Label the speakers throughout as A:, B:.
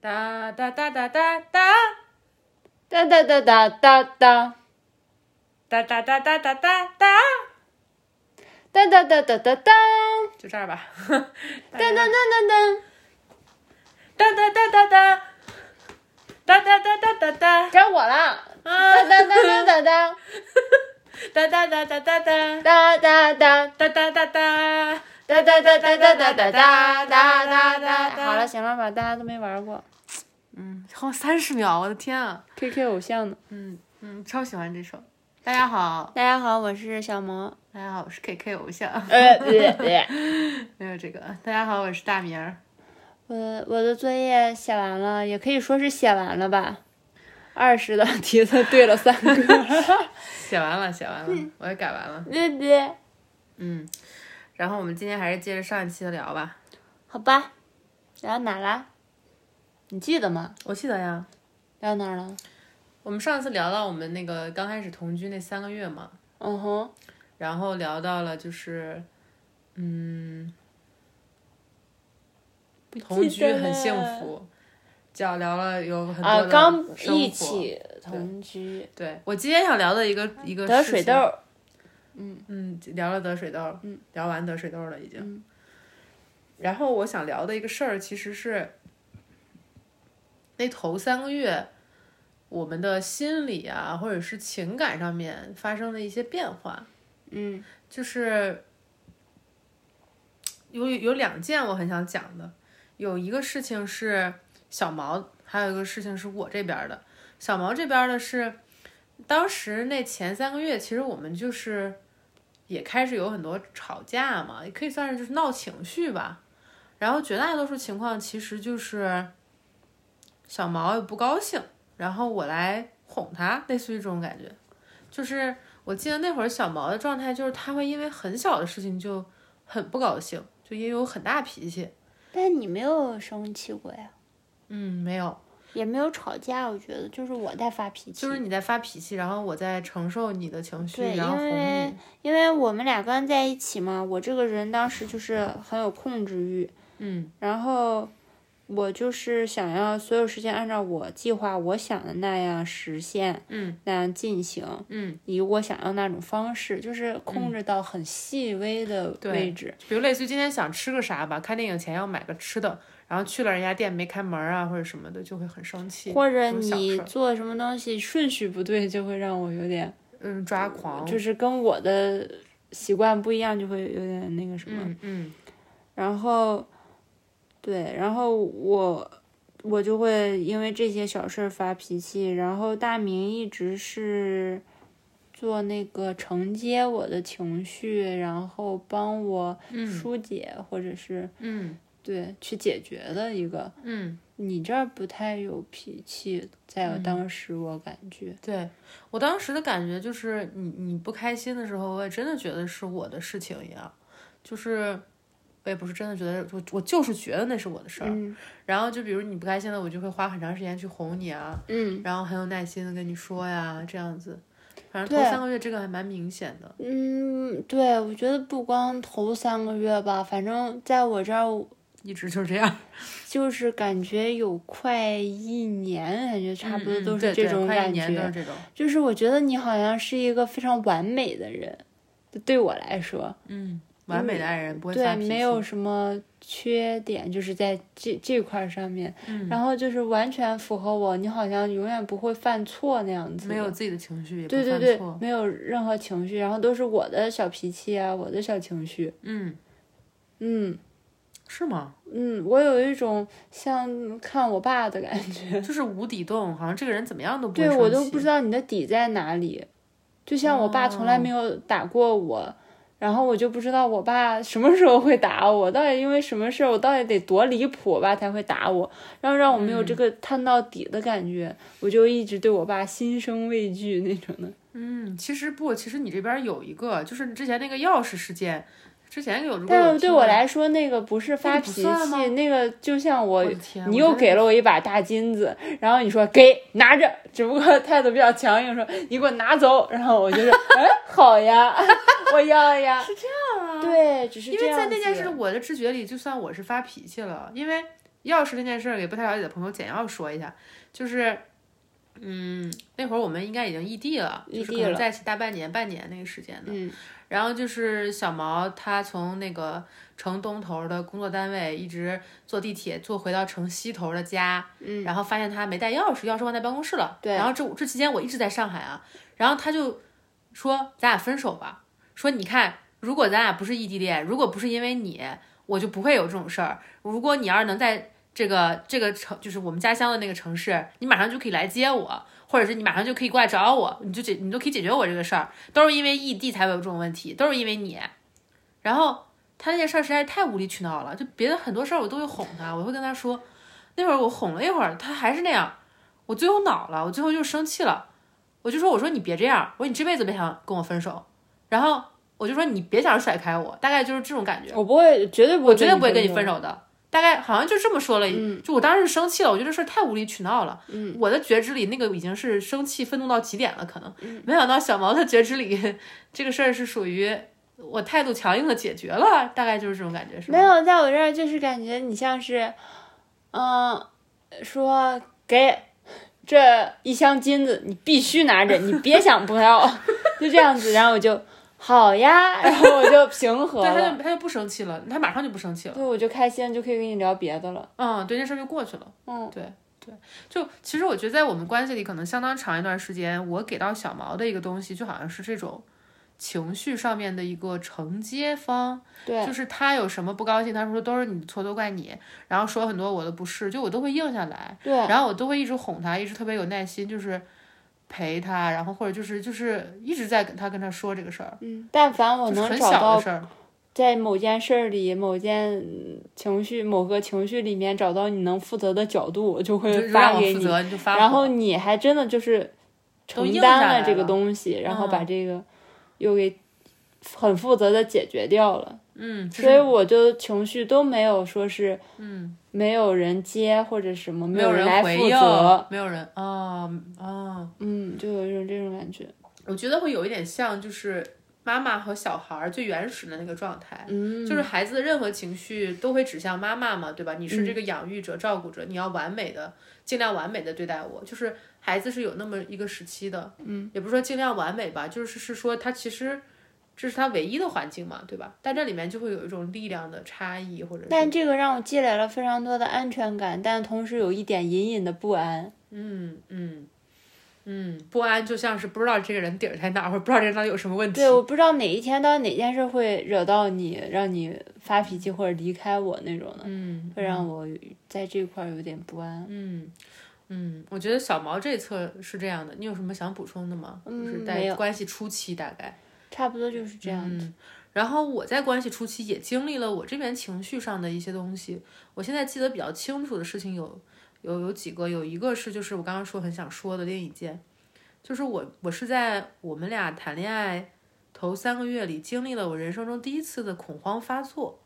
A: 哒哒哒哒哒哒
B: 哒哒哒哒哒哒
A: 哒哒哒哒哒哒哒，
B: 哒哒哒哒哒哒，
A: 就这儿吧。
B: 噔噔噔噔
A: 哒哒哒哒哒，哒哒哒哒哒哒
B: 噔，，该我了，
A: 啊
B: 哒哒哒哒哒哒，
A: 哒哒哒哒哒哒，
B: 哒哒哒。
A: 哒哒哒哒。
B: 哒哒哒哒哒哒哒哒哒哒哒。哎好了，行了吧，大家都没玩 过
A: 嗯，后三十秒，我的天啊！
B: QQ 偶像呢。
A: 嗯嗯，超喜欢这首。大家好，
B: 大家好，我是小萌。
A: 大家好，我是 KK 偶 像，
B: 呃，对对。
A: 没有这个。大家好，我是大明儿。
B: 我的我的作业写完了，也可以说是写完了吧。二十道题才对了 三个。
A: 写完了，写完了，我也改完了。
B: 对对。
A: 嗯，然后我们今天还是接着上一期的聊吧。
B: 好吧，聊到哪了？你记得吗？
A: 我记得呀，
B: 聊到哪儿了？
A: 我们上次聊到我们那个刚开始同居那三个月嘛，
B: 嗯哼，
A: 然后聊到了就是，嗯，同居很幸福，讲聊了有很多
B: 啊，
A: 的
B: 刚
A: 生活
B: 一起同居，
A: 对我今天想聊的一个一个
B: 得
A: 事
B: 水
A: 情
B: 痘，儿，
A: 嗯，聊了得水痘，嗯，聊完得水痘了已经。
B: 嗯
A: 然后我想聊的一个事儿其实是，那头三个月，我们的心理啊或者是情感上面发生的一些变化，
B: 嗯
A: 就是有有两件我很想讲的，有一个事情是小毛，还有一个事情是我这边儿的。小毛这边儿的是，当时那前三个月，其实我们就是也开始有很多吵架嘛，也可以算是就是闹情绪吧。然后绝大多数情况其实就是小毛也不高兴，然后我来哄他，类似于这种感觉。就是我记得那会儿小毛的状态就是他会因为很小的事情就很不高兴，就也有很大脾气。
B: 但你没有生气过呀，
A: 嗯，没有，
B: 也没有吵架，我觉得就是我在发脾气，
A: 就是你在发脾气，然后我在承受你的情绪，
B: 对，
A: 然后
B: 因
A: 哄
B: 为
A: 你。
B: 因为我们俩刚在一起嘛，我这个人当时就是很有控制欲，
A: 嗯，
B: 然后我就是想要所有事情按照我计划我想的那样实现，
A: 嗯，
B: 那样进行，
A: 嗯，
B: 以我想要那种方式，就是控制到很细微的
A: 对
B: 位置，
A: 比如类似于今天想吃个啥吧，看电影前要买个吃的，然后去了人家店没开门啊或者什么的，就会很生气。
B: 或者
A: 这种小
B: 你
A: 事儿
B: 做什么东西顺序不对，就会让我有点，
A: 嗯抓狂，
B: 就是跟我的习惯不一样，就会有点那个什么。
A: 嗯嗯
B: 然后，对，然后我我就会因为这些小事儿发脾气。然后大明一直是做那个承接我的情绪，然后帮我疏解、或者是
A: 嗯
B: 对去解决的一个。
A: 嗯，
B: 你这儿不太有脾气，在当时我感觉，
A: 对我当时的感觉就是你你不开心的时候，我也真的觉得是我的事情一样，就是我也不是真的觉得，我我就是觉得那是我的事儿。
B: 嗯
A: 然后就比如你不开心了，我就会花很长时间去哄你啊，
B: 嗯
A: 然后很有耐心的跟你说呀，这样子。反正
B: 对
A: 头三个月这个还蛮明显的，
B: 嗯，对，我觉得不光头三个月吧，反正在我这儿
A: 一直就是这样。
B: 就是感觉有快一年，感觉 差不多
A: 嗯
B: 都
A: 对
B: 是这
A: 对
B: 种
A: 快一
B: 感觉。
A: 年都是这种。
B: 就是我觉得你好像是一个非常完美的人，就对我来说，
A: 嗯，完美的爱人不会
B: 对
A: 发，脾气。
B: 没有什么缺点，就是在这这块儿上面，
A: 嗯
B: 然后就是完全符合我，你好像永远不会犯错那样子的。
A: 没有自己的情绪，也不
B: 对对
A: 犯
B: 对
A: 错。，
B: 没有任何情绪，然后都是我的小脾气啊，我的小情绪，
A: 嗯，
B: 嗯
A: 是吗？
B: 嗯，我有一种像看我爸的感觉。
A: 就是无底洞，好像这个人怎么样都不会
B: 对我
A: 生
B: 都
A: 气
B: 不知道你的底在哪里。就像我爸从来没
A: 哦
B: 有打过我，然后我就不知道我爸什么时候会打我，到底因为什么事儿，我到底得多离谱，我爸才会打我，然后让我没有
A: 嗯
B: 这个探到底的感觉，我就一直对我爸心生畏惧那种的。
A: 嗯，其实不，其实你这边有一个，就是之前那个钥匙事件，之前有如果
B: 但
A: 有
B: 是对
A: 听
B: 我
A: 到
B: 来说，那个不是
A: 那
B: 发
A: 个不
B: 脾气
A: 算吗，
B: 那个就像我
A: 我的天，
B: 你
A: 啊我觉
B: 又
A: 得
B: 给了我一把大金子，然后你说给拿着，只不过态度比较强硬，说你给我拿走，然后我就说，哎，好呀， 我要呀，是这样啊，对，只是
A: 因
B: 这
A: 为
B: 样
A: 在
B: 子
A: 那件事，我的直觉里，就算我是发脾气了，因为钥匙这件事儿给不太了解的朋友简要说一下，就是，嗯，那会儿我们应该已经异地了，
B: 异
A: 就是
B: 地
A: 可能
B: 了
A: 在一起大半年、半年那个时间的。
B: 嗯
A: 然后就是小毛他从那个城东头的工作单位一直坐地铁坐回到城西头的家，
B: 嗯，
A: 然后发现他没带钥匙，钥匙忘在办公室了。
B: 对
A: 然后这这期间我一直在上海啊，然后他就说咱俩分手吧，说你看如果咱俩不是异地恋，如果不是因为你，我就不会有这种事儿。如果你要是能在这个这个城，就是我们家乡的那个城市，你马上就可以来接我，或者是你马上就可以过来找我，你就解你就可以解决我这个事儿，都是因为异地才会有这种问题，都是因为你。然后他那件事儿实在是太无理取闹了，就别的很多事儿我都会哄他，我会跟他说，那会儿我哄了一会儿，他还是那样，我最后恼了，我最后就生气了，我就说我说你别这样，我说你这辈子别想跟我分手，然后我就说你别想甩开我，大概就是这种感觉。
B: 我不会，绝对不会，
A: 我绝对不会跟你分。手的。大概好像就这么说了，就我当时生气了，我觉得这事儿太无理取闹了。嗯，我的觉知里那个已经是生气、愤怒到极点了，可能、没想到小毛的觉知里，这个事儿是属于我态度强硬的解决了，大概就是这种感觉，是
B: 没
A: 吧？
B: 有，在我这儿就是感觉你像是，嗯、说给这一箱金子，你必须拿着，你别想不要， 就这样子。然后我就好呀，然后我就平和
A: 对，他
B: 了，
A: 就他就不生气了，他马上就不生气了。
B: 对，我就开心，就可以跟你聊别的了。
A: 嗯，对，这事儿就过去了。
B: 嗯，
A: 对对，就其实我觉得在我们关系里，可能相当长一段时间，我给到小毛的一个东西，就好像是这种情绪上面的一个承接方。
B: 对，
A: 就是他有什么不高兴，他说都是你的错，都怪你，然后说很多我的不是，就我都会硬下来，
B: 对，
A: 然后我都会一直哄他，一直特别有耐心，就是陪他，然后或者就是就是一直在跟他跟他说这个事儿，
B: 嗯，但凡我
A: 就是
B: 能
A: 很
B: 找
A: 小
B: 到
A: 的事儿，
B: 在某件事儿里、某件情绪、某个情绪里面找到你能负责的角度，我就
A: 就
B: 会
A: 是让
B: 发
A: 我
B: 给
A: 负
B: 你。
A: 责，你就发火，
B: 然后你还真的就是
A: 都
B: 承
A: 硬下
B: 担
A: 来
B: 了这个
A: 了
B: 东西，然后把
A: 嗯
B: 这个又给很负责的解决掉了。
A: 嗯，就
B: 所以
A: 是
B: 我就情绪都没有说是
A: 嗯，
B: 没有人接或者什么，
A: 没
B: 有
A: 人
B: 来
A: 回
B: 负
A: 应
B: 责。，
A: 没有人啊啊，
B: 嗯，就有一种这种感觉。
A: 我觉得会有一点像就是妈妈和小孩儿最原始的那个状态，
B: 嗯，
A: 就是孩子的任何情绪都会指向妈妈嘛，对吧？你是这
B: 嗯
A: 个养育者、照顾者，你要完美的，尽量完美的对待我。就是孩子是有那么一个时期的，嗯，也不是说尽量完美吧，就是是说他其实这是他唯一的环境嘛，对吧？但这里面就会有一种力量的差异，或者是
B: 但这个让我积累了非常多的安全感，但同时有一点隐隐的不安。
A: 嗯嗯嗯不安，就像是不知道这个人底儿在哪儿，或者不知道这人到底有什么问题
B: 对，。我不知道哪一天到底哪件事会惹到你，让你发脾气或者离开我那种的，
A: 嗯，
B: 会让我在这块儿有点不安。
A: 嗯。嗯，我觉得小毛这一侧是这样的，你有什么想补充的吗？
B: 嗯
A: 就是
B: 没
A: 在
B: 有
A: 关系初期大概。
B: 差不多就是这样子。
A: 嗯。然后我在关系初期也经历了我这边情绪上的一些东西。我现在记得比较清楚的事情有有有几个，有一个是就是我刚刚说很想说的另一件，就是我我是在我们俩谈恋爱头三个月里经历了我人生中第一次的恐慌发作，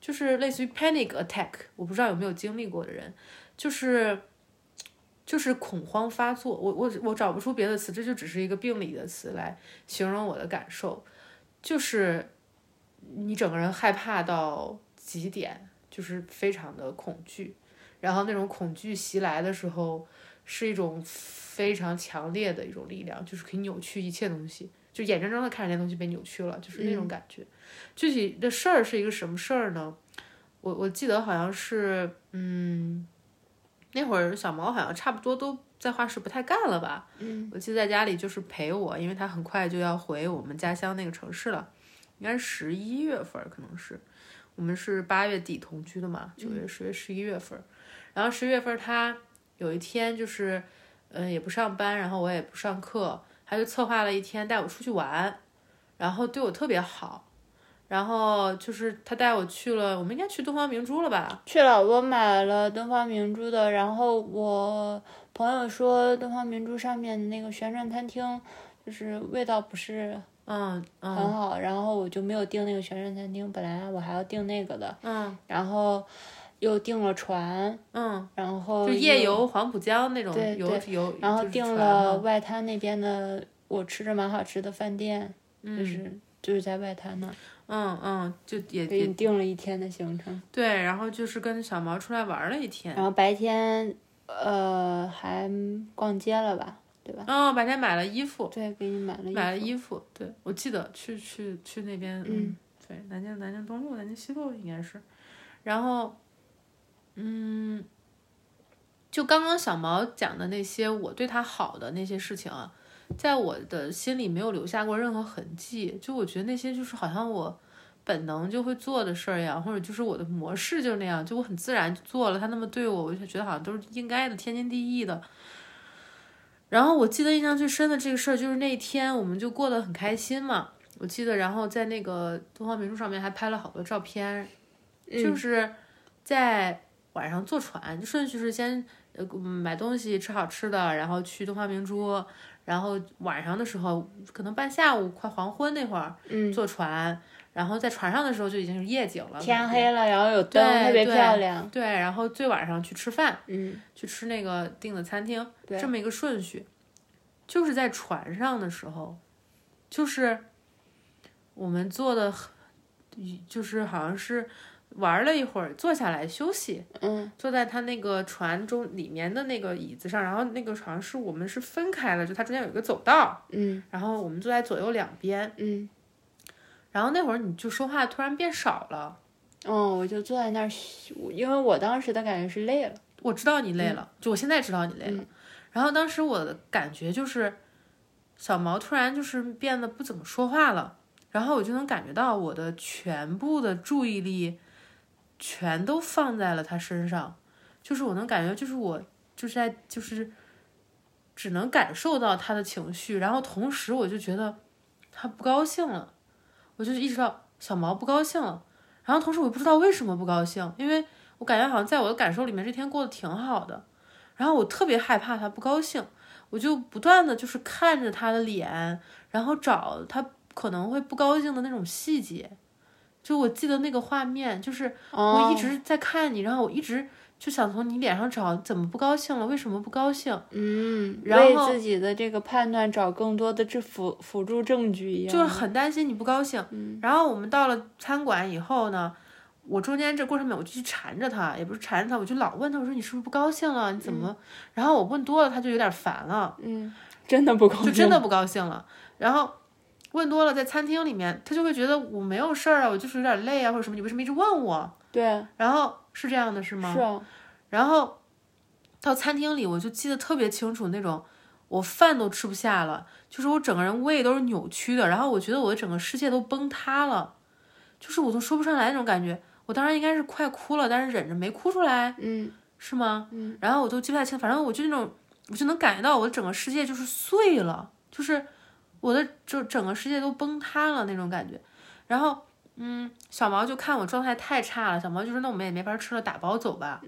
A: 就是类似于 panic attack，我不知道有没有经历过的人，就是。就是恐慌发作，我我我找不出别的词，这就只是一个病理的词来形容我的感受。就是你整个人害怕到极点，就是非常的恐惧，然后那种恐惧袭来的时候，是一种非常强烈的一种力量，就是可以扭曲一切东西，就眼睁睁的看着那东西被扭曲了，就是那种感觉。具体的事儿是一个什么事儿呢？我我记得好像是，嗯，那会儿小毛好像差不多都在画室不太干了吧，我记得在家里就是陪我，因为他很快就要回我们家乡那个城市了，应该是十一月份儿，可能是我们是八月底同居的嘛，九
B: 嗯
A: 月、十月、十一月份儿，然后十月份儿他有一天就是，嗯，也不上班，然后我也不上课，他就策划了一天带我出去玩，然后对我特别好。然后就是他带我去了，我们应该去东方明珠了吧？
B: 去了，我买了东方明珠的，然后我朋友说东方明珠上面的那个旋转餐厅就是味道不是
A: 嗯嗯
B: 很好，然后我就没有订那个旋转餐厅，本来我还要订那个的，
A: 嗯
B: 然后又订了船，
A: 嗯，
B: 然后
A: 就
B: 又
A: 夜游黄浦江那种
B: 哦对
A: 游
B: 对
A: 游，
B: 然后
A: 就是
B: 订
A: 船
B: 了
A: 嘛
B: 外滩那边的，我吃着蛮好吃的饭店，
A: 嗯
B: 就是就是在外滩那儿。
A: 嗯嗯，就也
B: 给你定了一天的行程，
A: 对，然后就是跟小毛出来玩了一天。
B: 然后白天呃还逛街了吧，对吧？
A: 嗯，白天买了衣服，
B: 对，给你买了衣嗯
A: 买了
B: 服
A: 衣服。对，我记得去去去那边，嗯，对，南京南京东路、南京西路应该是。然后，嗯，就刚刚小毛讲的那些我对他好的那些事情啊，在我的心里没有留下过任何痕迹。就我觉得那些就是好像我本能就会做的事儿一样，或者就是我的模式就那样，就我很自然就做了。他那么对我，我就觉得好像都是应该的，天经地义的。然后我记得印象最深的这个事儿，就是那天我们就过得很开心嘛。我记得，然后在那个东方明珠上面还拍了好多照片，
B: 嗯
A: 就是在晚上坐船，顺序是先呃买东西吃好吃的，然后去东方明珠，然后晚上的时候可能半下午快黄昏那会儿，嗯，坐船，然后在船上的时候就已经是夜景了，
B: 天黑了，然后有灯，
A: 对
B: 特别
A: 对
B: 漂亮。
A: 对，然后最晚上去吃饭，
B: 嗯，
A: 去吃那个订的餐厅，这么一个顺序。就是在船上的时候，就是我们坐的，就是好像是玩了一会儿，坐下来休息，嗯，坐在他那个船中里面的那个椅子上，然后那个好像是我们是分开了，就它中间有一个走道，嗯，然后我们坐在左右两边，嗯，然后那会儿你就说话突然变少了。
B: 嗯，我就坐在那儿休，因为我当时的感觉是累了，
A: 我知道你累了，就我现在知道你累了。然后当时我的感觉就是，小毛突然就是变得不怎么说话了，然后我就能感觉到我的全部的注意力全都放在了他身上，就是我能感觉，就是我就是在就是只能感受到他的情绪，然后同时我就觉得他不高兴了，我就意识到小毛不高兴了，然后同时我也不知道为什么不高兴，因为。我感觉好像在我的感受里面，这天过得挺好的。然后我特别害怕他不高兴，我就不断的就是看着他的脸，然后找他可能会不高兴的那种细节。就我记得那个画面，就是
B: 哦
A: 我一直在看你，然后我一直就想从你脸上找怎么不高兴了，为什么不高兴。
B: 嗯
A: 然
B: 为自己的这个判断找更多的这辅辅助证据一样，嗯
A: 就是很担心你不高兴。然后我们到了餐馆以后呢，我中间这过程里面我就去缠着他，也不是缠着他，我就老问他，我说你是不是不高兴啊了？你怎么了？然后我问多了，他就有点烦了。
B: 嗯，真的不够
A: 就真的不高兴了。然后问多了，在餐厅里面，他就会觉得我没有事儿啊，我就是有点累啊，或者什么，你为什么一直问我？
B: 对，
A: 然后是这样的，是吗？
B: 是啊，
A: 然后到餐厅里，我就记得特别清楚那种。我饭都吃不下了，就是我整个人胃都是扭曲的，然后我觉得我的整个世界都崩塌了，就是我都说不上来那种感觉。我当时应该是快哭了，但是忍着没哭出
B: 啊
A: 来，嗯，是吗？嗯，然后我就记不太清，反正我就那种，我就能感觉到我的整个世界就是碎了，就是我的就整个世界都崩塌了那种感觉。然后，嗯，小毛就看我状态太差了，小毛就说那我们也没法吃了，打包走吧。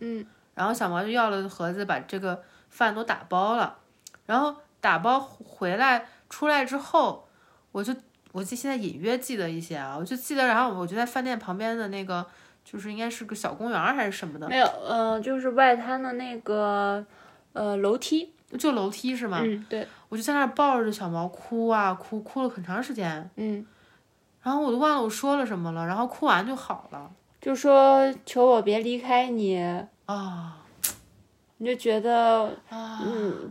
A: 然后小毛就要了盒子，把这个饭都打包了。然后打包回来出来之后，我就我记现在隐约记得一些啊，我就记得，然后我就在饭店旁边的那个，就是应该是个小公园儿还是什么的，
B: 没有，嗯、就是外滩的那个呃楼梯
A: 就楼梯是吗？
B: 嗯，对，
A: 我就在那儿抱着小毛哭啊哭，哭了很长时间，
B: 嗯，
A: 然后我都忘了我说了什么了，然后哭完就好了
B: 就说求我别离开你，
A: 啊
B: 你就觉得
A: 啊
B: 嗯，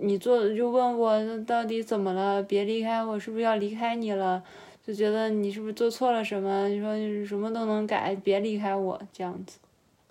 B: 你做就问我到底怎么了？别离开我，是不是要离开你了？就觉得你是不是做错了什么？你说你什么都能改，别离开我这样子，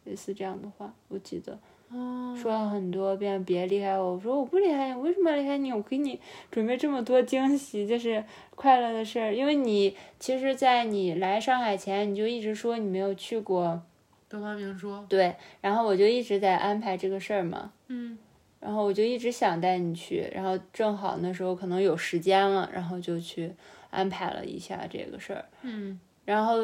B: 类似这样的话，我记得
A: 哦
B: 说了很多遍，别离开我。我说我不离开你，我为什么要离开你？我给你准备这么多惊喜，就是快乐的事儿。因为你其实，在你来上海前，你就一直说你没有去过，
A: 东方明珠，
B: 对，然后我就一直在安排这个事儿嘛。
A: 嗯
B: 然后我就一直想带你去，然后正好那时候可能有时间了，然后就去安排了一下这个事儿。
A: 嗯，
B: 然后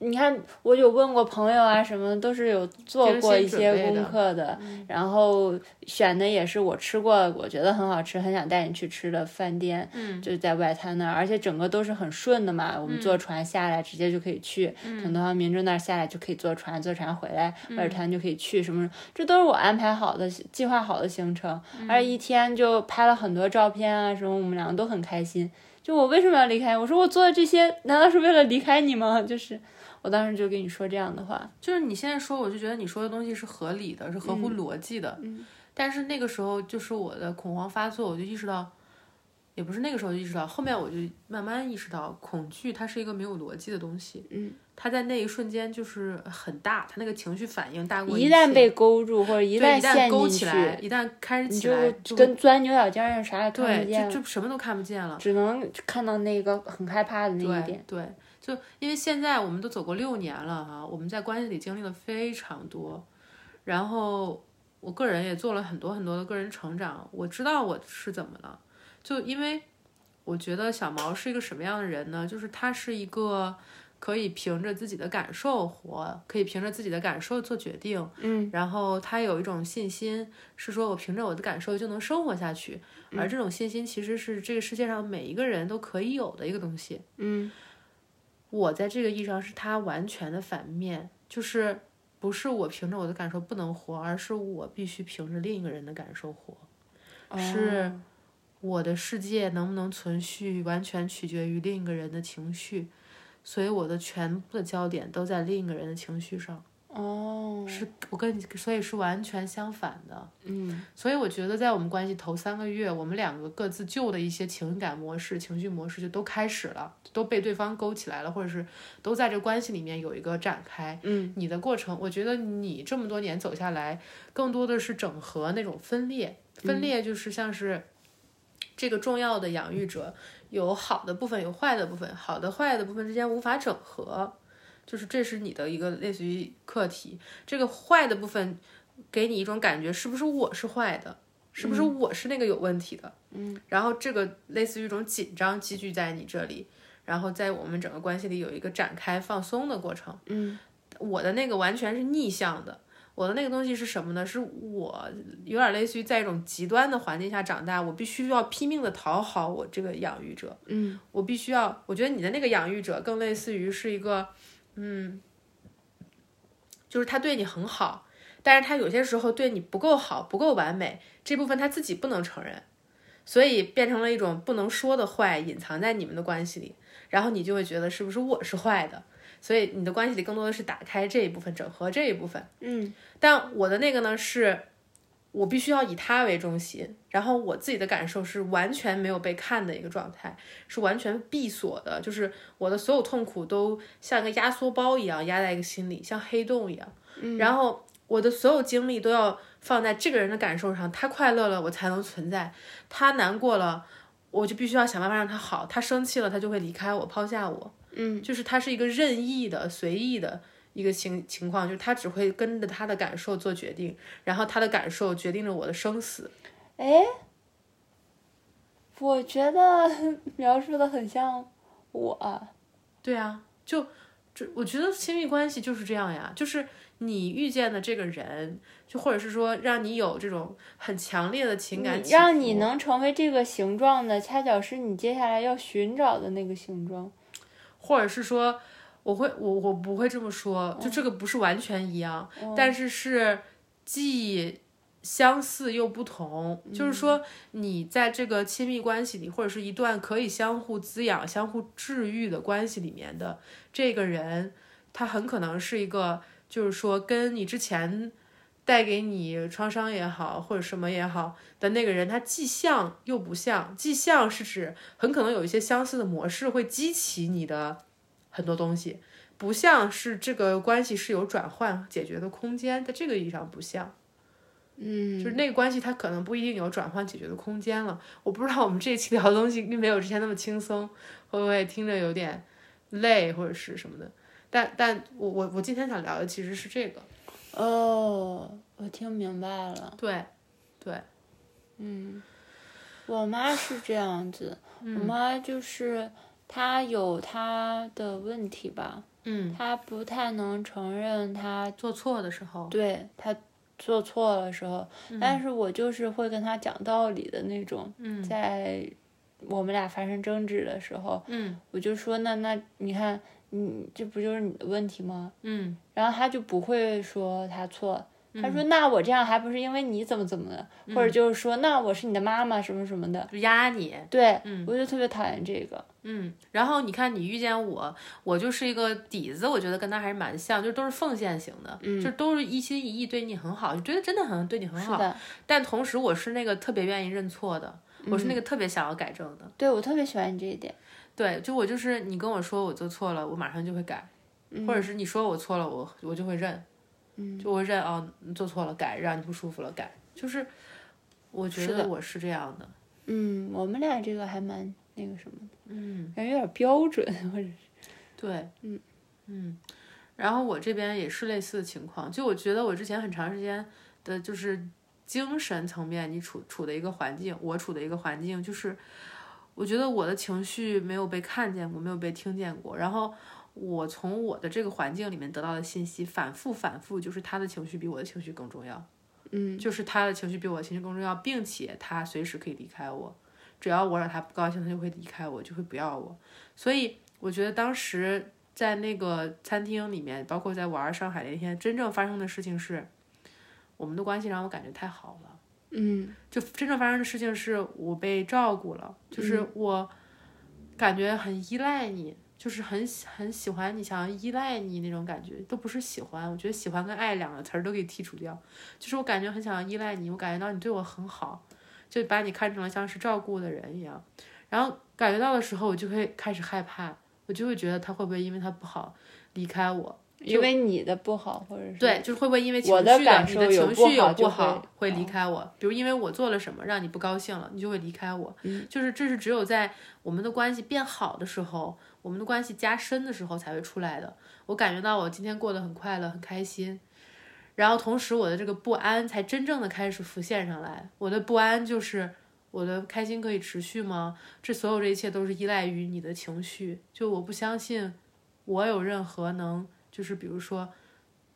B: 你看，我有问过朋友啊，什么都是有做过一
A: 精心准备
B: 些
A: 的嗯
B: 功课的，然后选的也是我吃过，我觉得很好吃，很想带你去吃的饭店，
A: 嗯，
B: 就是在外滩那儿，而且整个都是很顺的嘛，我们坐船下来直接就可以去，
A: 嗯
B: 从东方明珠那儿下来就可以坐船，坐船回来外滩就可以去，什么什么，这都是我安排好的、计
A: 嗯
B: 划好的行程，而一天就拍了很多照片啊，什么，我们两个都很开心。就我为什么要离开？我说我做的这些难道是为了离开你吗？就是我当时就跟你说这样的话，
A: 就是你现在说，我就觉得你说的东西是合理的，是合乎逻辑的。嗯。但是那个时候就是我的恐慌发作，我就意识到，也不是那个时候就意识到，后面我就慢慢意识到，恐惧它是一个没有逻辑的东西。嗯。它在那一瞬间就是很大，它那个情绪反应大过
B: 一
A: 一
B: 旦
A: 切
B: 被勾住或者
A: 对
B: 一
A: 一
B: 旦陷
A: 勾
B: 进
A: 起
B: 去，
A: 来，一旦开始
B: 你
A: 起来，
B: 就
A: 会
B: 跟钻牛角尖儿一样，啥也看不
A: 对，
B: 见
A: 就就什么都看不见了。
B: 只能看到那个很害怕的那一点。
A: 对对，就因为现在我们都走过六年了哈、我们在关系里经历了非常多，然后我个人也做了很多很多的个人成长，我知道我是怎么了，就因为我觉得小毛是一个什么样的人呢？就是他是一个。可以凭着自己的感受活，可以凭着自己的感受做决定，嗯，然后他有一种信心，是说我凭着我的感受就能生活下去，而
B: 嗯
A: 这种信心其实是这个世界上每一个人都可以有的一个东西，我在这个意义上是他完全的反面，就是不是我凭着我的感受不能活，而是我必须凭着另一个人的感受活。
B: 哦
A: 是我的世界能不能存续，完全取决于另一个人的情绪，所以我的全部的焦点都在另一个人的情绪上。
B: 哦，
A: 是我跟你，所以是完全相反的。
B: 嗯，
A: 所以我觉得，在我们关系头三个月，我们两个各自旧的一些情感模式、情绪模式就都开始了，都被对方勾起来了，或者是都在这关系里面有一个展开。嗯，你的过程，我觉得你这么多年走下来，更多的是整合那种分裂。分裂就是像是这个重要的养育者，有好的部分，有坏的部分，好的坏的部分之间无法整合。就是这是你的一个类似于课题，这个坏的部分给你一种感觉，是不是我是坏的？是不是我是那个有问题的？嗯，然后这个类似于一种紧张积聚在你这里，然后在我们整个关系里有一个展开放松的过程。嗯，我的那个完全是逆向的，我的那个东西是什么呢？是我有点类似于在一种极端的环境下长大，我必须要拼命的讨好我这个养育者。嗯，我必须要，我觉得你的那个养育者更类似于是一个，嗯，就是他对你很好。但是他有些时候对你不够好、不够完美，这部分他自己不能承认，所以变成了一种不能说的坏，隐藏在你们的关系里。然后你就会觉得是不是我是坏的，所以你的关系里更多的是打开这一部分，整合这一部分。嗯，但我的那个呢是。我必须要以他为中心，然后我自己的感受是完全没有被看的一个状态，是完全闭锁的，就是我的所有痛苦都像个压缩包一样压在一个心里，像黑洞一样。然后我的所有精力都要放在这个人的感受上，他快乐了我才能存在，他难过了我就必须要想办法让他好，他生气了他就会离开我抛下
B: 哦
A: 我，嗯，就是他是一个任意的随意的一个情情况，就是他只会跟着他的感受做决定，然后他的感受决定着我的生死，
B: 哎，我觉得 描述的很像我，
A: 对啊，就这，我觉得亲密关系就是这样呀，就是你遇见的这个人，就或者是说让你有这种很强烈的情感
B: 你
A: 起伏，
B: 让你能成为这个形状的，恰巧是你接下来要寻找的那个形状。
A: 或者是说，我会我我不会这么说，就这个不是完全一样，但是是既相似又不同。就是说，你在这个亲密关系里，或者是一段可以相互滋养、相互治愈的关系里面的这个人，他很可能是一个，就是说跟你之前。带给你创伤也好，或者什么也好的那个人，他既像又不像。既像是指很可能有一些相似的模式会激起你的很多东西，不像是这个关系是有转换解决的空间，在这个意义上不像，
B: 嗯，
A: 就是那个关系它可能不一定有转换解决的空间了。我不知道我们这一期聊的东西并没有之前那么轻松，会不会听着有点累或者是什么的？但但我我我今天想聊的其实是这个，
B: 哦，我听明白了。嗯
A: 对，
B: 我妈是这样子，我妈就是她有她的问题吧，
A: 嗯，
B: 她不太能承认她
A: 做错的时候，
B: 对她做错了时候，但是我就是会跟她讲道理的那种，在我们俩发生争执的时候，
A: 嗯
B: 我就说那那你看，嗯你这不就是你的问题吗？
A: 嗯
B: 然后她就不会说她错，他说那我这样还不是因为你怎么怎么的，或
A: 嗯
B: 者就是说那我是你的妈妈什么什么的，
A: 就压你。
B: 对，我就特别讨厌这个，
A: 嗯，然后你看你遇见我，我就是一个底子，我觉得跟他还是蛮像，就都是奉献型的，就都是一心一意对你很好，就觉得真的很对你很
B: 是
A: 好。
B: 的，
A: 但同时，我是那个特别愿意认错的，我是那个特别想要改正的。
B: 对我特别喜欢你这一点，
A: 对，就我就是你跟我说我做错了，我马上就会改，
B: 嗯
A: 或者是你说我错了，我我就会认，就会认啊、哦你做错了改，让你不舒服了改，就是我觉
B: 是
A: 得我是这样的。
B: 嗯，我们俩这个还蛮那个什么的，嗯，感觉有点标准，或者是
A: 对，嗯嗯，然后我这边也是类似的情况，就我觉得我之前很长时间的就是精神层面，你处处的一个环境，我处的一个环境，就是我觉得我的情绪没有被看见过，没有被听见过，然后。我从我的这个环境里面得到的信息，反复反复，就是他的情绪比我的情绪更重要，
B: 嗯，
A: 就是他的情绪比我的情绪更重要，并且他随时可以离开我，只要我让他不高兴，他就会离开我，就会不要我。所以我觉得当时在那个餐厅里面，包括在玩儿上海那天，真正发生的事情是，我们的关系让我感觉太好了。
B: 嗯
A: 就真正发生的事情是我被照顾了，就是我感觉很依赖你，就是很喜很喜欢你，想要依赖你那种感觉，都不是喜欢。我觉得喜欢跟爱两个词儿都给剔除掉，就是我感觉很想要依赖你，我感觉到你对我很好，就把你看成了像是照顾的人一样。然后感觉到的时候，我就会开始害怕，我就会觉得他会不会因为他不好离开我。
B: 因为你的不好，或者是
A: 对，就是会不会因为情
B: 我
A: 绪
B: 的感
A: 你
B: 受
A: 的
B: 有
A: 情
B: 不
A: 绪有
B: 好
A: 不
B: 就
A: 好
B: 会嗯
A: 会离开我？比如因为我做了什么让你不高兴了，你就会离开我。
B: 嗯
A: 就是这是只有在我们的关系变好的时候，我们的关系加深的时候才会出来的。我感觉到我今天过得很快乐，很开心。然后同时，我的这个不安才真正的开始浮现上来。我的不安就是我的开心可以持续吗？这所有这一切都是依赖于你的情绪。就我不相信我有任何能，就是比如说，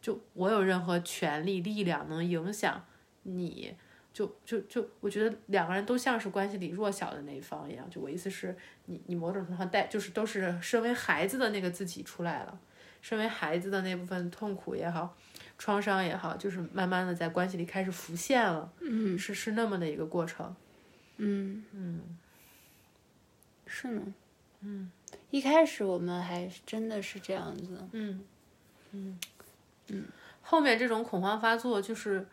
A: 就我有任何权利、力量能影响你。就就就，我觉得两个人都像是关系里弱小的那一方一样。就我意思是你，你某种程度上带，就是都是身为孩子的那个自己出来了，身为孩子的那部分痛苦也好，创伤也好，就是慢慢的在关系里开始浮现了。嗯，是是那么的一个过程。
B: 嗯嗯，是呢，嗯，一开始我们还真的是这样子，
A: 后面这种恐慌发作，就是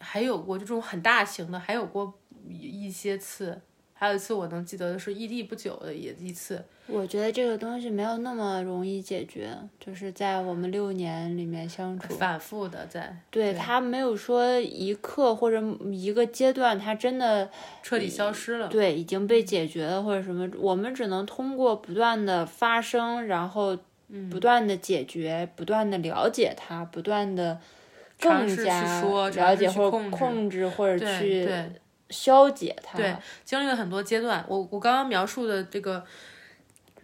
A: 还有过就这种很大型的，还有过一一些次，还有一次我能记得的是异地不久的也一次，
B: 我觉得这个东西没有那么容易解决，就是在我们六年里面相处，
A: 反复的在
B: 对他没有说一刻或者一个阶段，他真的
A: 彻底消失了。
B: 对已经被解决了或者什么，我们只能通过不断的发生，然后
A: 嗯
B: 不断的解决，不断的了解他，不断的
A: 尝
B: 更
A: 试去
B: 加
A: 说尝
B: 了
A: 试
B: 解
A: 去
B: 或
A: 控
B: 者
A: 制
B: 控制或者
A: 对
B: 去
A: 对，
B: 消解它。
A: 对哎经历了很多阶段。我我刚刚描述的这个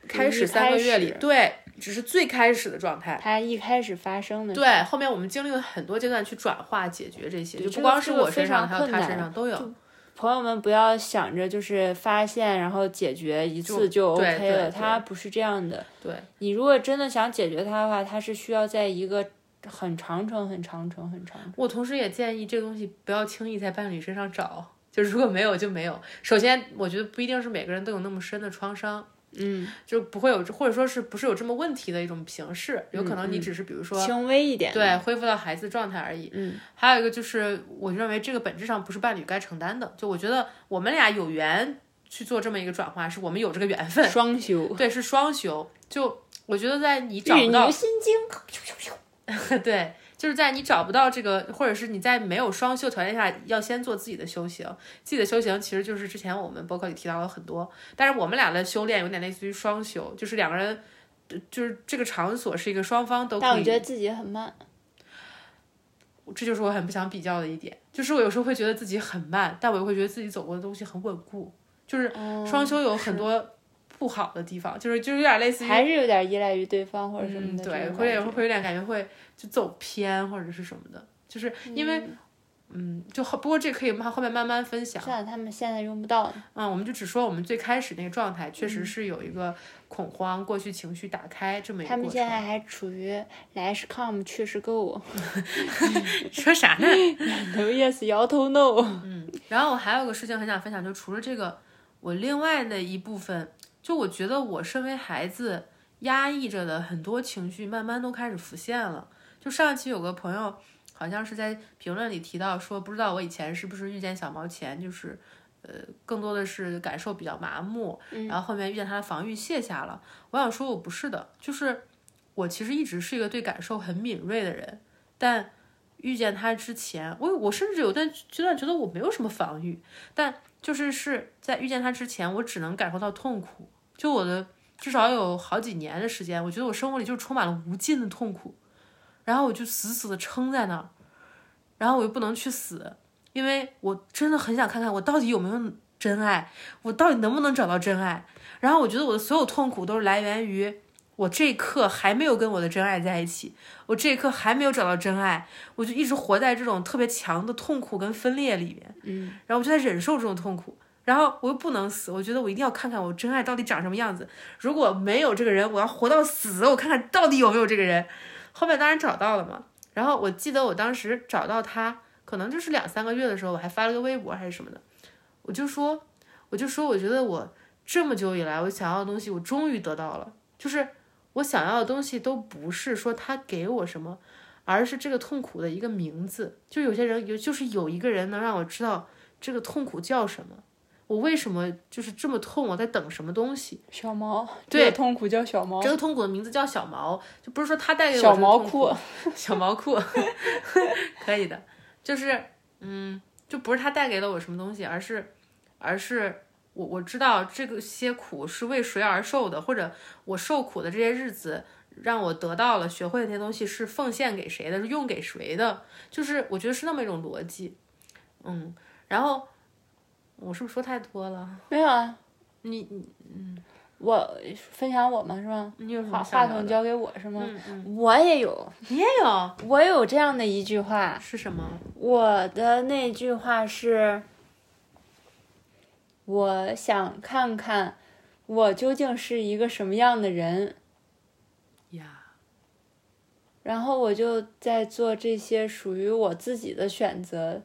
A: 开始
B: 一
A: 三个
B: 开
A: 月里
B: 始，
A: 对，只是最开始的状态。
B: 它一开始发生的时候
A: 对，后面我们经历了很多阶段去转化解决这些，就
B: 这
A: 不
B: 个
A: 光
B: 这
A: 是
B: 个
A: 我
B: 非
A: 身上，
B: 常
A: 还有
B: 困
A: 他身
B: 难
A: 上都有。
B: 朋友们不要想着就是发现然后解决一次就
A: 对
B: OK
A: 对
B: 了，它不是这样的。
A: 对，
B: 你如果真的想解决它的话，它是需要在一个很长程、很长程、很长程。
A: 我同时也建议这东西不要轻易在伴侣身上找，就如果没有就没有。首先，我觉得不一定是每个人都有那么深的创伤，
B: 嗯，
A: 就不会有，或者说是不是有这么问题的一种形式，有可能你只是比如说。
B: 轻微嗯一点。
A: 对，恢复到孩子状态而已。
B: 嗯，
A: 还有一个就是，我认为这个本质上不是伴侣该承担的。就我觉得我们俩有缘去做这么一个转化，是我们有这个缘分。
B: 双修。
A: 对，是双修。就我觉得在你找
B: 女
A: 不到
B: 牛心经，
A: 对，就是在你找不到这个，或者是你在没有双修条件下，要先做自己的修行。自己的修行其实就是之前我们播客里提到了很多，但是我们俩的修炼有点类似于双修，就是两个人，呃就是这个场所是一个双方都
B: 但
A: 可
B: 我
A: 以
B: 觉得自己很慢。
A: 这就是我很不想比较的一点，就是我有时候会觉得自己很慢，但我又会觉得自己走过的东西很稳固，就是
B: 嗯
A: 双修有很多不好的地方，就是就是有点类似于
B: 还是有点依赖于对方或者什
A: 嗯，
B: 么的这
A: 对，
B: 种感觉。
A: 会有会有点感觉会就走偏或者是什么的，就是因为嗯，就后不过这可以慢后面慢慢分享。
B: 算了，他们现在用不到。
A: 嗯，我们就只说我们最开始那个状态，确
B: 嗯
A: 实是有一个恐慌、过去情绪打开这么一个
B: 他们
A: 过
B: 现
A: 程。
B: 在还处于来是 come 去是 go，
A: 说啥呢？
B: 点头 yes 摇头 no。
A: 嗯，然后我还有个事情很想分享，就除了这个，我另外的一部分，就我觉得我身为孩子压抑着的很多情绪，慢慢都开始浮现了。就上一期有个朋友好像是在评论里提到说，不知道我以前是不是遇见小毛前就是。呃，更多的是感受比较麻木，然后后面遇见他的防御卸下了。我想说，我不是的，就是我其实一直是一个对感受很敏锐的人，但遇见他之前，我我甚至有段阶段觉得我没有什么防御，但就是是在遇见他之前，我只能感受到痛苦。就我的至少有好几年的时间，我觉得我生活里就充满了无尽的痛苦，然后我就死死的撑在那儿，然后我又不能去死，因为我真的很想看看我到底有没有真爱，我到底能不能找到真爱。然后我觉得我的所有痛苦都是来源于我这一刻还没有跟我的真爱在一起，我这一刻还没有找到真爱，我就一直活在这种特别强的痛苦跟分裂里面，嗯，然后我就在忍受这种痛苦，然后我又不能死，我觉得我一定要看看我真爱到底长什么样子，如果没有这个人，我要活到死，我看看到底有没有这个人。后面当然找到了嘛，然后我记得我当时找到他，可能就是两三个月的时候，我还发了个微博还是什么的，我就说，我就说，我觉得我这么久以来我想要的东西，我终于得到了，就是我想要的东西都不是说他给我什么，而是这个痛苦的一个名字。就有些人有，就是有一个人能让我知道这个痛苦叫什么，我为什么就是这么痛，我在等什么东西。
B: 小毛，
A: 对
B: 这个痛苦叫小毛，
A: 这个痛苦的名字叫小毛，就不是说他带给我
B: 小
A: 这个
B: 毛
A: 痛
B: 裤。
A: 苦， 小毛裤，可以的，就是嗯，就不是他带给了我什么东西，而是而是我我知道这个些苦是为谁而受的，或者我受苦的这些日子。让我得到了，学会的那些东西是奉献给谁的，是用给谁的，就是我觉得是那么一种逻辑，嗯，然后我是不是说太多了？
B: 没有啊，
A: 你你嗯
B: 我分享我嘛是吧？
A: 你有什么
B: 话
A: 想
B: 话
A: 聊
B: 筒
A: 的？啊
B: 交给我是吗？
A: 嗯嗯，
B: 我也有，
A: 你也有
B: 我有这样的一句话，
A: 是什么？
B: 我的那句话是：我想看看我究竟是一个什么样的人。
A: 呀，
B: 然后我就在做这些属于我自己的选择。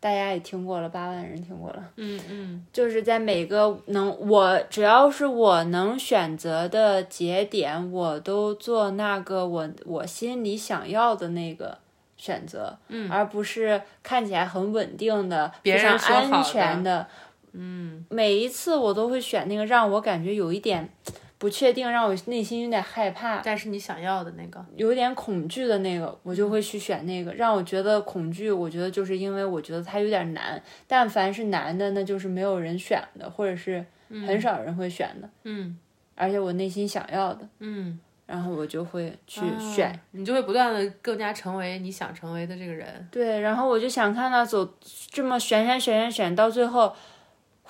B: 大家也听过了，八万人听过了。
A: 嗯嗯
B: 就是在每个能我只要是我能选择的节点，我都做那个我我心里想要的那个选择，嗯，而不是看起来很稳定的、
A: 别
B: 非
A: 人
B: 常
A: 说好的
B: 安全的。嗯，每一次我都会选那个让我感觉有一点不确定，让我内心有点害怕、
A: 但是你想要的那个，
B: 有点恐惧的那个，我就会去选那个让我觉得恐惧。我觉得就是因为我觉得它有点难，但凡是难的，那就是没有人选的，或者是很少人会选的，
A: 嗯
B: 而且我内心想要的，
A: 嗯，
B: 然后我就会去
A: 啊
B: 选。
A: 你就会不断的更加成为你想成为的这个人。
B: 对，然后我就想看到走这么选选选选选到最后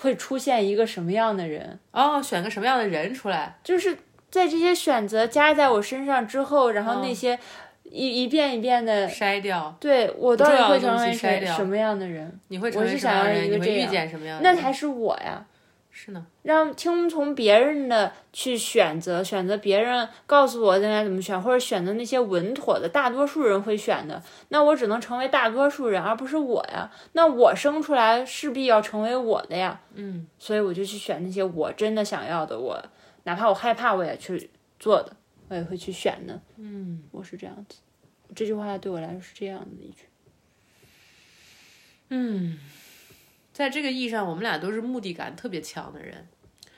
B: 会出现一个什么样的人，
A: 哦，选个什么样的人出来？
B: 就是在这些选择加在我身上之后，然后那
A: 嗯
B: 些一、一遍一遍的。
A: 筛掉，
B: 对我到
A: 重
B: 底
A: 要的
B: 会成
A: 东西
B: 为
A: 筛
B: 谁
A: 掉
B: 什么样的人？
A: 你会
B: 我
A: 成为
B: 是
A: 什么样的
B: 想要一
A: 人？
B: 个
A: 你会
B: 这
A: 遇
B: 样
A: 见什么样的
B: 那
A: 人？
B: 才是我呀。
A: 是呢，
B: 让听从别人的去选择，选择别人告诉我应该怎么选，或者选择那些稳妥的大多数人会选的，那我只能成为大多数人，而不是我呀。那我生出来势必要成为我的呀，
A: 嗯，
B: 所以我就去选那些我真的想要的，我哪怕我害怕，我也去做的，我也会去选的。嗯，我是这样子。这句话对我来说是这样的一句，
A: 嗯在这个意义上，我们俩都是目的感特别强的人。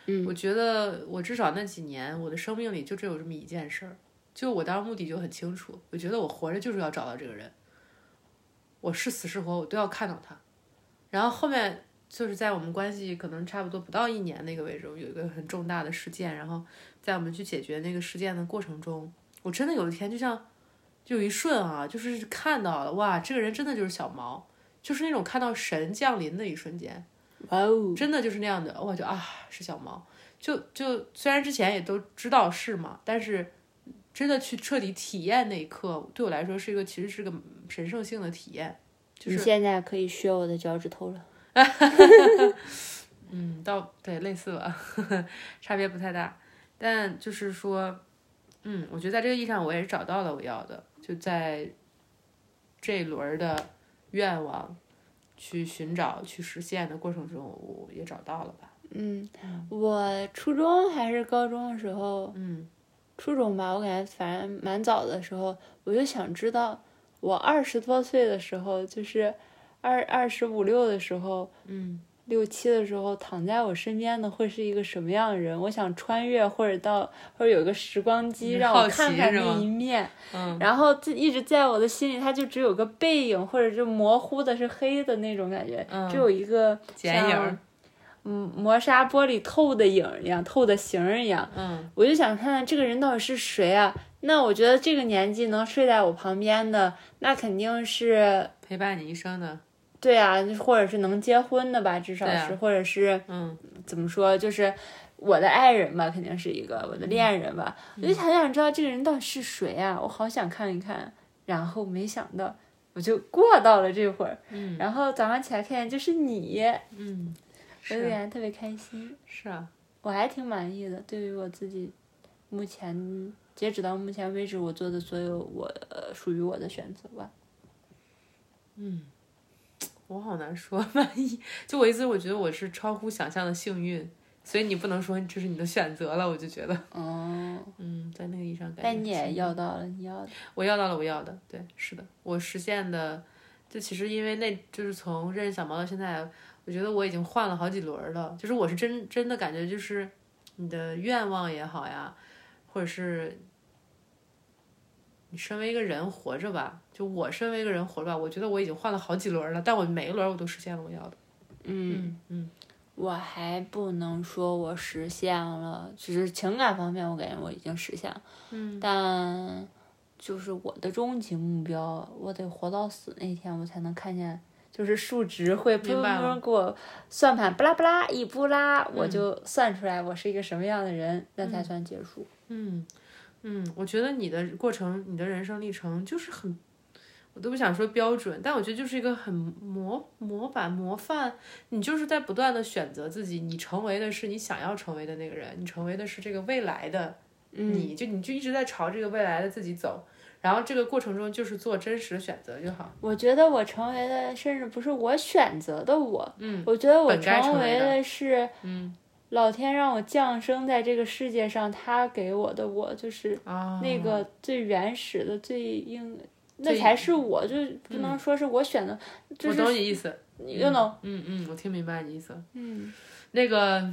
B: 嗯，
A: 我觉得我至少那几年，我的生命里就只有这么一件事儿，就我当时目的就很清楚，我觉得我活着就是要找到这个人，我是死是活我都要看到他。然后后面就是在我们关系可能差不多不到一年那个位置，有一个很重大的事件，然后在我们去解决那个事件的过程中，我真的有一天就像就有一瞬啊，就是看到了哇，这个人真的就是小毛，就是那种看到神降临的一瞬间。
B: 哇哦，
A: 真的就是那样的，我就啊是小毛，就就虽然之前也都知道是嘛，但是真的去彻底体验那一刻，对我来说是一个其实是个神圣性的体验，就是
B: 你现在可以削我的脚趾头了。
A: 嗯，倒对类似吧， 差别不太大。但就是说，嗯，我觉得在这个意义上，我也是找到了我要的，就在这一轮儿的愿望去寻找、去实现的过程中，我也找到了吧。
B: 嗯，我初中还是高中的时候，
A: 嗯
B: 初中吧，我感觉反正蛮早的时候，我就想知道我二十多岁的时候，就是二二十五六的时候，
A: 嗯
B: 六七的时候躺在我身边的会是一个什么样的人？我想穿越或者到或者有个时光机
A: 嗯
B: 让
A: 好
B: 我
A: 奇
B: 看看
A: 是
B: 那
A: 吗
B: 一面，
A: 嗯
B: 然后就一直在我的心里，它就只有个背影，或者就模糊的是黑的那种感觉，
A: 嗯
B: 只有一个
A: 剪
B: 像
A: 影儿，
B: 嗯，磨砂玻璃透的影儿一样，透的形儿一样。
A: 嗯
B: 我就想看看这个人到底是谁啊？那我觉得这个年纪能睡在我旁边的，那肯定是
A: 陪伴你一生的，
B: 对啊，或者是能结婚的吧，至少
A: 对啊
B: 是，或者是
A: 嗯
B: 怎么说，就是我的爱人吧，肯定是一个我的恋人吧，
A: 嗯
B: 我就很想知道这个人到底是谁啊，我好想看一看。然后没想到，我就过到了这会儿，
A: 嗯
B: 然后早上起来看见就是你，
A: 嗯，
B: 我有
A: 是
B: 点特别开心，
A: 是啊，
B: 我还挺满意的，对于我自己目前截止到目前为止我做的所有我、呃、属于我的选择吧。
A: 我好难说， 万一就我意思，我觉得我是超乎想象的幸运，所以你不能说这是你的选择了，我就觉得，
B: 哦，
A: 嗯，在那个意义上感觉，
B: 但你也要到了你要的，
A: 我要到了我要的，对，是的，我实现的，就其实因为那就是从认识小毛到现在，我觉得我已经换了好几轮儿了，就是我是真真的感觉就是你的愿望也好呀，或者是你身为一个人活着吧，就我身为一个人活着吧，我觉得我已经换了好几轮儿了，但我每一轮儿我都实现了我要的，
B: 嗯
A: 嗯嗯
B: 我还不能说我实现了，只是情感方面，我感觉我已经实现了。嗯，但就是我的终极目标，我得活到死那天，我才能看见，就是数值会砰
A: 明白
B: 砰
A: 了嗯
B: 砰给我算盘，布拉布拉一布拉，我就算出来我是一个什么样的人，那才算结束。
A: 嗯嗯，我觉得你的过程，你的人生历程就是很，我都不想说标准，但我觉得就是一个很模模板模范，你就是在不断的选择自己，你成为的是你想要成为的那个人，你成为的是这个未来的
B: 嗯
A: 你，就你就一直在朝这个未来的自己走，然后这个过程中就是做真实的选择就好。
B: 我觉得我成为的甚至不是我选择的我，嗯，我觉得我
A: 本该成
B: 为
A: 为的
B: 的是，嗯，老天让我降生在这个世界上，他给我的我就是
A: 啊，
B: 那个最原始的、最应，那
A: 最嗯
B: 才是我，就不能说是我选的，就
A: 我
B: 是
A: 懂你意思，
B: you know，
A: 嗯嗯，我听明白你意思了，
B: 嗯，
A: 那个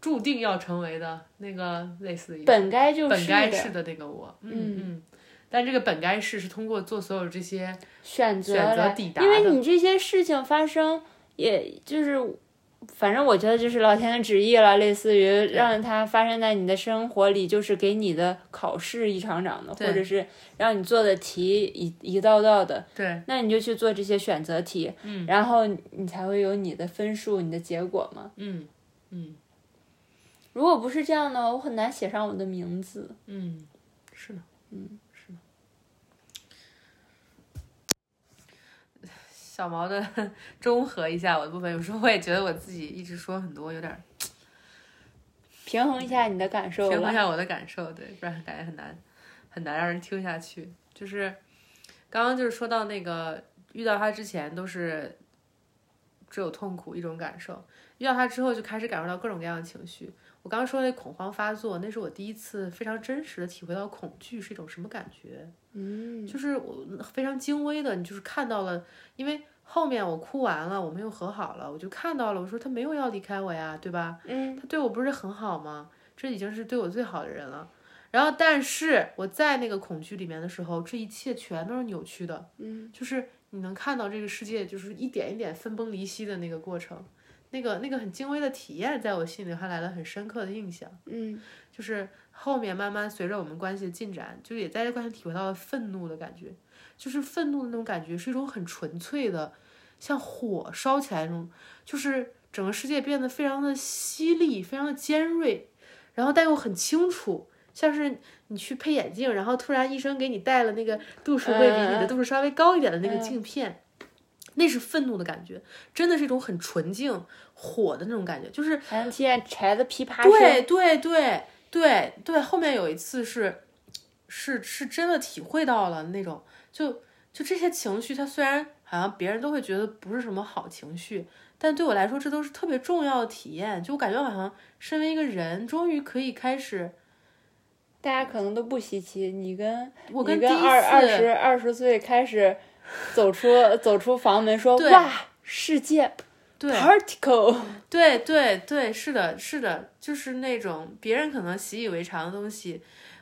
A: 注定要成为的那个类似于。
B: 本该就是
A: 本该
B: 的
A: 是的那个我，嗯嗯，但这个本该是是通过做所有这些，
B: 选择
A: 选择
B: 来
A: 抵达
B: 因为
A: 的
B: 你这些事情发生，也就是，反正我觉得这是老天的旨意了，类似于让它发生在你的生活里，就是给你的考试一场场的，
A: 对
B: 或者是让你做的题一一道道的，
A: 对
B: 那你就去做这些选择题，嗯，然后你才会有你的分数，你的结果嘛。
A: 嗯嗯
B: 如果不是这样的话，我很难写上我的名字。
A: 嗯，是的，
B: 嗯
A: 是的。小毛的 中和一下我的部分，有时候我也觉得我自己一直说很多，有点儿
B: 平衡一下你的感受
A: 平衡一
B: 吧。
A: 下我的感受，对，不然感觉很难很难让人听下去。就是刚刚就是说到那个遇到他之前都是只有痛苦一种感受，遇到他之后就开始感受到各种各样的情绪。我刚刚说那恐慌发作，那是我第一次非常真实的体会到恐惧是一种什么感觉。
B: 嗯
A: 就是我非常精微的，你就是看到了，因为后面我哭完了，我们又和好了，我就看到了，我说他没有要离开我呀，对吧？
B: 嗯，
A: 他对我不是很好吗？这已经是对我最好的人了。然后，但是我在那个恐惧里面的时候，这一切全都是扭曲的，嗯，就是你能看到这个世界就是一点一点分崩离析的那个过程，那个那个很精微的体验，在我心里还来了很深刻的印象。
B: 嗯
A: 就是后面慢慢随着我们关系的进展，就也在这关系体会到了愤怒的感觉，就是愤怒的那种感觉是一种很纯粹的，像火烧起来那种，就是整个世界变得非常的犀利，非常的尖锐，然后但又很清楚。像是你去配眼镜，然后突然医生给你戴了那个度数会比你的度数稍微高一点的那个镜片，那是愤怒的感觉，真的是一种很纯净火的那种感觉，就是
B: 还能听见柴的噼啪声。
A: 对对对对对，后面有一次是是是真的体会到了那种，就就这些情绪，它虽然好像别人都会觉得不是什么好情绪，但对我来说这都是特别重要的体验。就我感觉好像身为一个人，终于可以开始，
B: 大家可能都不稀奇，你跟
A: 我
B: 你
A: 跟第一
B: 跟二二
A: 次
B: 十二十岁开始走出走出房门说
A: 对
B: 哇，世界
A: 对
B: particle，
A: 对对对，是的，是的，就是那种别人可能习以为常的东西，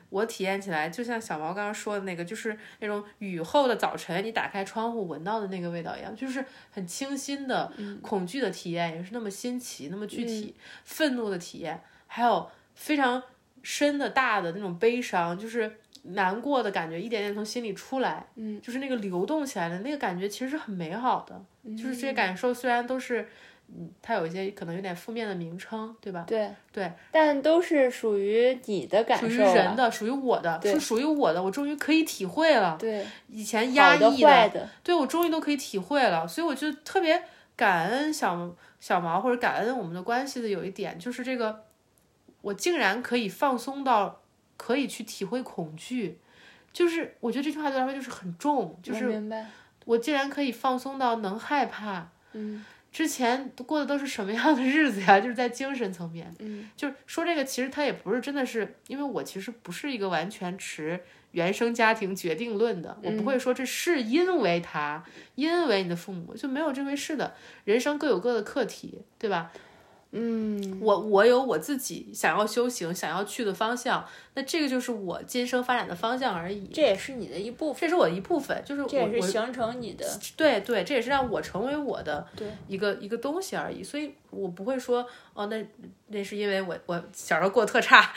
A: 我体验起来就像小毛刚刚说的那个，就是那种雨后的早晨，你打开窗户闻到的那个味道一样，就是很清新的、恐惧的体验，也是那么新奇、那么具体，愤怒的体验，还有非常深的、大的那种悲伤，就是。难过的感觉一点点从心里出来，嗯，就是那个流动起来的那个感觉，其实是很美好的。就是这些
B: 嗯
A: 感受虽然都是，嗯，它有一些可能有点负面的名称，对吧？
B: 对
A: 对，
B: 但都是属于你的感
A: 属于
B: 受了
A: 人的，属于我的，是属于我的，我终于可以体会了。
B: 对，
A: 以前压
B: 好
A: 抑
B: 的坏的，
A: 对我终于都可以体会了，所以我就特别感恩小小毛或者感恩我们的关系的有一点就是这个，我竟然可以放松到可以去体会恐惧，就是我觉得这句话对我来说就是很重，就是
B: 是明白，
A: 我竟然可以放松到能害怕，
B: 嗯
A: 之前过的都是什么样的日子呀？就是在精神层面，
B: 嗯，
A: 就是说这个，其实他也不是真的是，因为我其实不是一个完全持原生家庭决定论的，我不
B: 嗯
A: 会说这是因为他，因为你的父母就没有这回事的，人生各有各的课题，对吧？
B: 嗯，
A: 我我有我自己想要修行、想要去的方向，那这个就是我今生发展的方向而已，
B: 这也是你的一部分，
A: 这是我的一部分，就是我
B: 这也
A: 我
B: 是形成你的，
A: 对对，这也是让我成为我的
B: 对
A: 一个一个东西而已，所以我不会说哦，那那是因为我我小时候过得特差，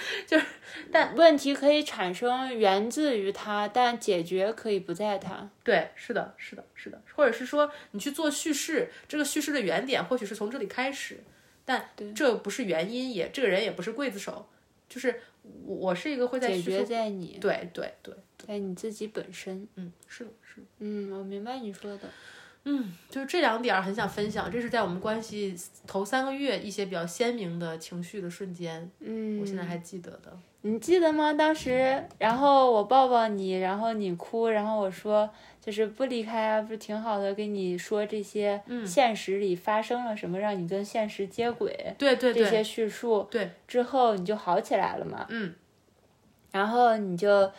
B: 但问题可以产生源自于它，但解决可以不在它。
A: 对，是的，是的，是的，或者是说你去做叙事，这个叙事的原点或许是从这里开始，但这不是原因，也这个人也不是刽子手，就是我我是一个会在
B: 解
A: 叙
B: 决
A: 述，
B: 在你，
A: 对对对，
B: 在你自己本身。
A: 嗯，是的，是的，
B: 嗯，我明白你说的。
A: 嗯，就是这两点儿很想分享，这是在我们关系头三个月一些比较鲜明的情绪的瞬间，
B: 嗯，
A: 我现在还记得的。
B: 你记得吗？当时，然后我抱抱你，然后你哭，然后我说就是不离开啊，不是挺好的？跟你说这些
A: 嗯
B: 现实里发生了什么，让你跟现实接轨，
A: 对对
B: 这
A: 对，
B: 些叙述，
A: 对，
B: 之后你就好起来了嘛。
A: 嗯，
B: 然后你就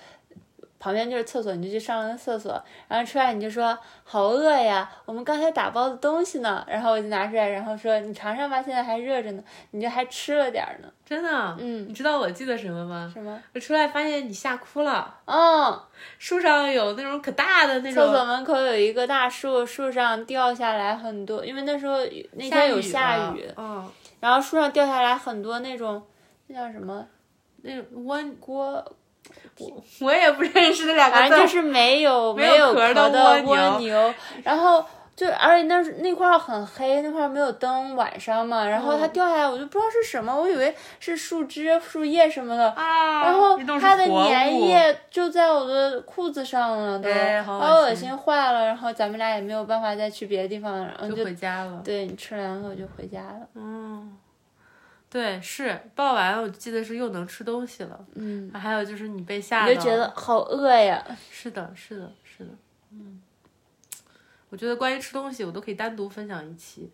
B: 旁边就是厕所，你就去上了个厕所，然后出来你就说好饿呀，我们刚才打包的东西呢，然后我就拿出来，然后说你尝尝吧，现在还热着呢，你就还吃了点儿呢，
A: 真的。
B: 嗯，
A: 你知道我记得什么吗？
B: 什么？
A: 我出来发现你吓哭了，
B: 嗯，
A: 树上有那种可大的那
B: 厕
A: 种，
B: 所门口有一个大树，树上掉下来很多，因为那时候那
A: 下
B: 天有下雨，
A: 雨了，啊嗯，
B: 然后树上掉下来很多那种那叫什么
A: 那种我
B: 锅
A: 我也不认识那两
B: 反
A: 个
B: 正
A: 字儿，
B: 就哎是没有
A: 没
B: 没
A: 有
B: 有
A: 壳
B: 壳
A: 的
B: 的
A: 蜗牛
B: 蜗牛，然后就而且那是那块儿很黑，那块儿没有灯，晚上嘛，然后它
A: 嗯
B: 掉下来，我就不知道是什么，我以为是树枝、树叶什么的。
A: 啊，
B: 然后
A: 你都是
B: 它的
A: 活物
B: 粘，液就在我的裤子上了，都
A: 哎好恶
B: 把我恶
A: 心
B: 心坏了。然后咱们俩也没有办法再去别的地方了，然后
A: 就
B: 就
A: 回家了。
B: 对你吃完了我就回家了。
A: 嗯，对，是抱完，我记得是又能吃东西了，
B: 嗯，
A: 还有就是你被吓
B: 我
A: 到，
B: 就觉得好饿呀。
A: 是的，是的，是的，嗯，我觉得关于吃东西，我都可以单独分享一期。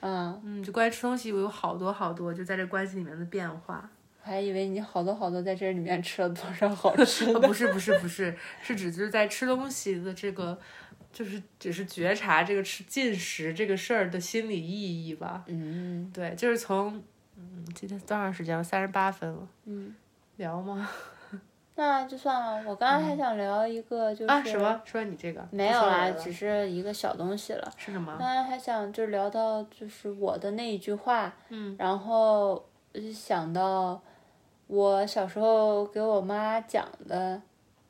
B: 啊，
A: 嗯，就关于吃东西，我有好多好多，就在这关系里面的变 化。
B: 我还以为你好多好多在这里面吃了多少好吃 嗯的。
A: 啊不是不是不是，是指就是在吃东西的这个，就是只是觉察这个吃进食这个事儿的心理意义吧。
B: 嗯
A: 对，就是从嗯，今天多长时间了？三十八分了，
B: 嗯。
A: 聊吗？
B: 那就算了。我刚刚还想聊一个，就是、
A: 啊，什？么？说你这个
B: 没有
A: 啦
B: 啦，，只是啊一个小东西了。
A: 是什么？
B: 刚刚还想就聊到就是我的那一句话，嗯，然后我就想到我小时候给我妈讲的，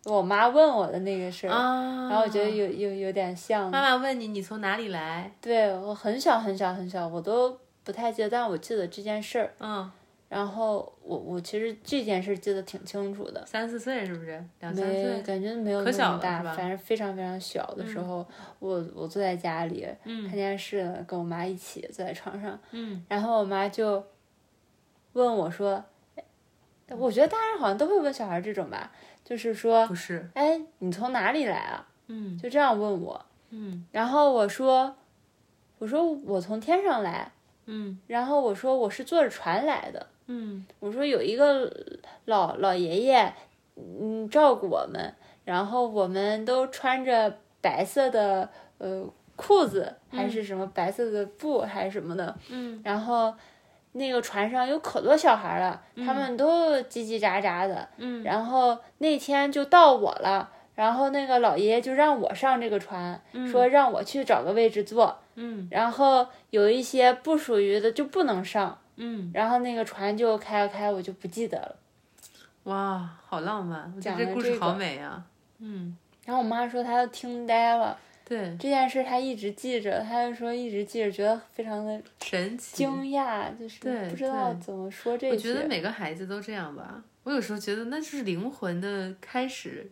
B: 我妈问我的那个事儿，
A: 啊，
B: 然后我觉得有有有点像。
A: 妈妈问你你从哪里来？
B: 对我很小很小很小，我都不太记得，但我记得这件事儿。
A: 嗯
B: 然后我我其实这件事记得挺清楚的，
A: 三四岁是不是？两三
B: 没
A: 岁，
B: 感觉没有
A: 可
B: 那
A: 小
B: 么
A: 了
B: 大
A: 是吧，嗯
B: 反正非常非常小的时候，我我坐在家里、看电视，跟我妈一起坐在床上，
A: 嗯，
B: 然后我妈就问我说，哎我觉得大人好像都会问小孩这种吧，就是说，
A: 不是，
B: 哎，你从哪里来啊？
A: 嗯
B: 就这样问我，
A: 嗯
B: 然后我说，我说我从天上来，
A: 嗯
B: 然后我说我是坐着船来的。
A: 嗯
B: 我说有一个老老爷爷，嗯，照顾我们，然后我们都穿着白色的呃裤子，还是什么白色的布，还是什么的，
A: 嗯，
B: 然后那个船上有可多小孩了，他们都叽叽喳喳的，
A: 嗯，
B: 然后那天就到我了。然后那个老爷爷就让我上这个船，说让我去找个位置坐。
A: 嗯
B: 然后有一些不属于的就不能上，
A: 嗯，
B: 然后那个船就开了开，我就不记得了。
A: 哇，好浪漫！我觉
B: 讲
A: 得
B: 了
A: 这故
B: 这
A: 事
B: 个
A: 好美啊。嗯，
B: 然后我妈说她都听呆了，
A: 对，
B: 这件事她一直记着，她就说一直记着，觉得非常的
A: 神奇。
B: 惊讶，就是
A: 对
B: 不知道
A: 对
B: 怎么说这
A: 我
B: 些。
A: 觉得每个孩子都这样吧。我有时候觉得那就是灵魂的开始，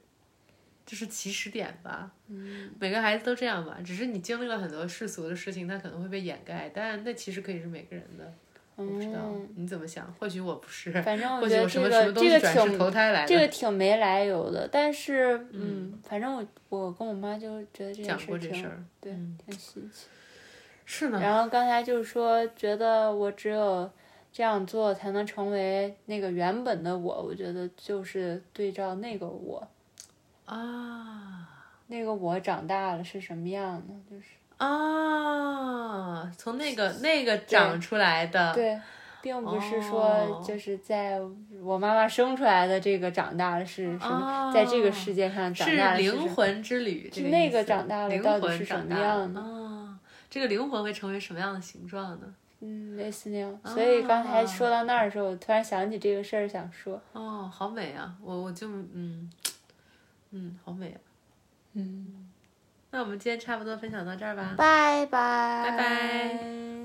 A: 就是起始点吧。嗯，每个孩子都这样吧，只是你经历了很多世俗的事情，它可能会被掩盖，但那其实可以是每个人的。我不知道、
B: 嗯，
A: 你怎么想，或许我不是，
B: 反正我
A: 或
B: 觉
A: 许
B: 得
A: 我什
B: 这
A: 么什
B: 个
A: 么东
B: 这
A: 西
B: 个
A: 转世
B: 挺
A: 投胎来
B: 这
A: 的。
B: 个挺没来由的，但是嗯，反正我我跟我妈就觉得这件
A: 讲过
B: 事
A: 这
B: 情
A: 事儿，
B: 对
A: 嗯
B: 挺稀奇。
A: 是呢，
B: 然后刚才就是说，觉得我只有这样做才能成为那个原本的我，我觉得就是对照那个我。
A: 啊
B: 那个我长大了是什么样的？就是
A: 啊，从那个那个长出来的，
B: 对，并不是说
A: 哦
B: 就是在我妈妈生出来的这个长大了是什么，在这个世界上长大
A: 哦是
B: 了是什么
A: 灵魂之旅，这
B: 是
A: 个
B: 那
A: 意
B: 个
A: 思
B: 长大了
A: 灵
B: 到底
A: 魂
B: 是什
A: 长
B: 么
A: 大了
B: 样的
A: 啊？这个灵魂会成为什么样的形状呢？
B: 嗯，类似那样。所以刚才说到那儿的时候，我突然想起这个事儿，想说，
A: 哦，好美啊！我我就嗯嗯，好美啊！
B: 嗯，
A: 那我们今天差不多分享到这儿吧。
B: 拜拜，
A: 拜拜。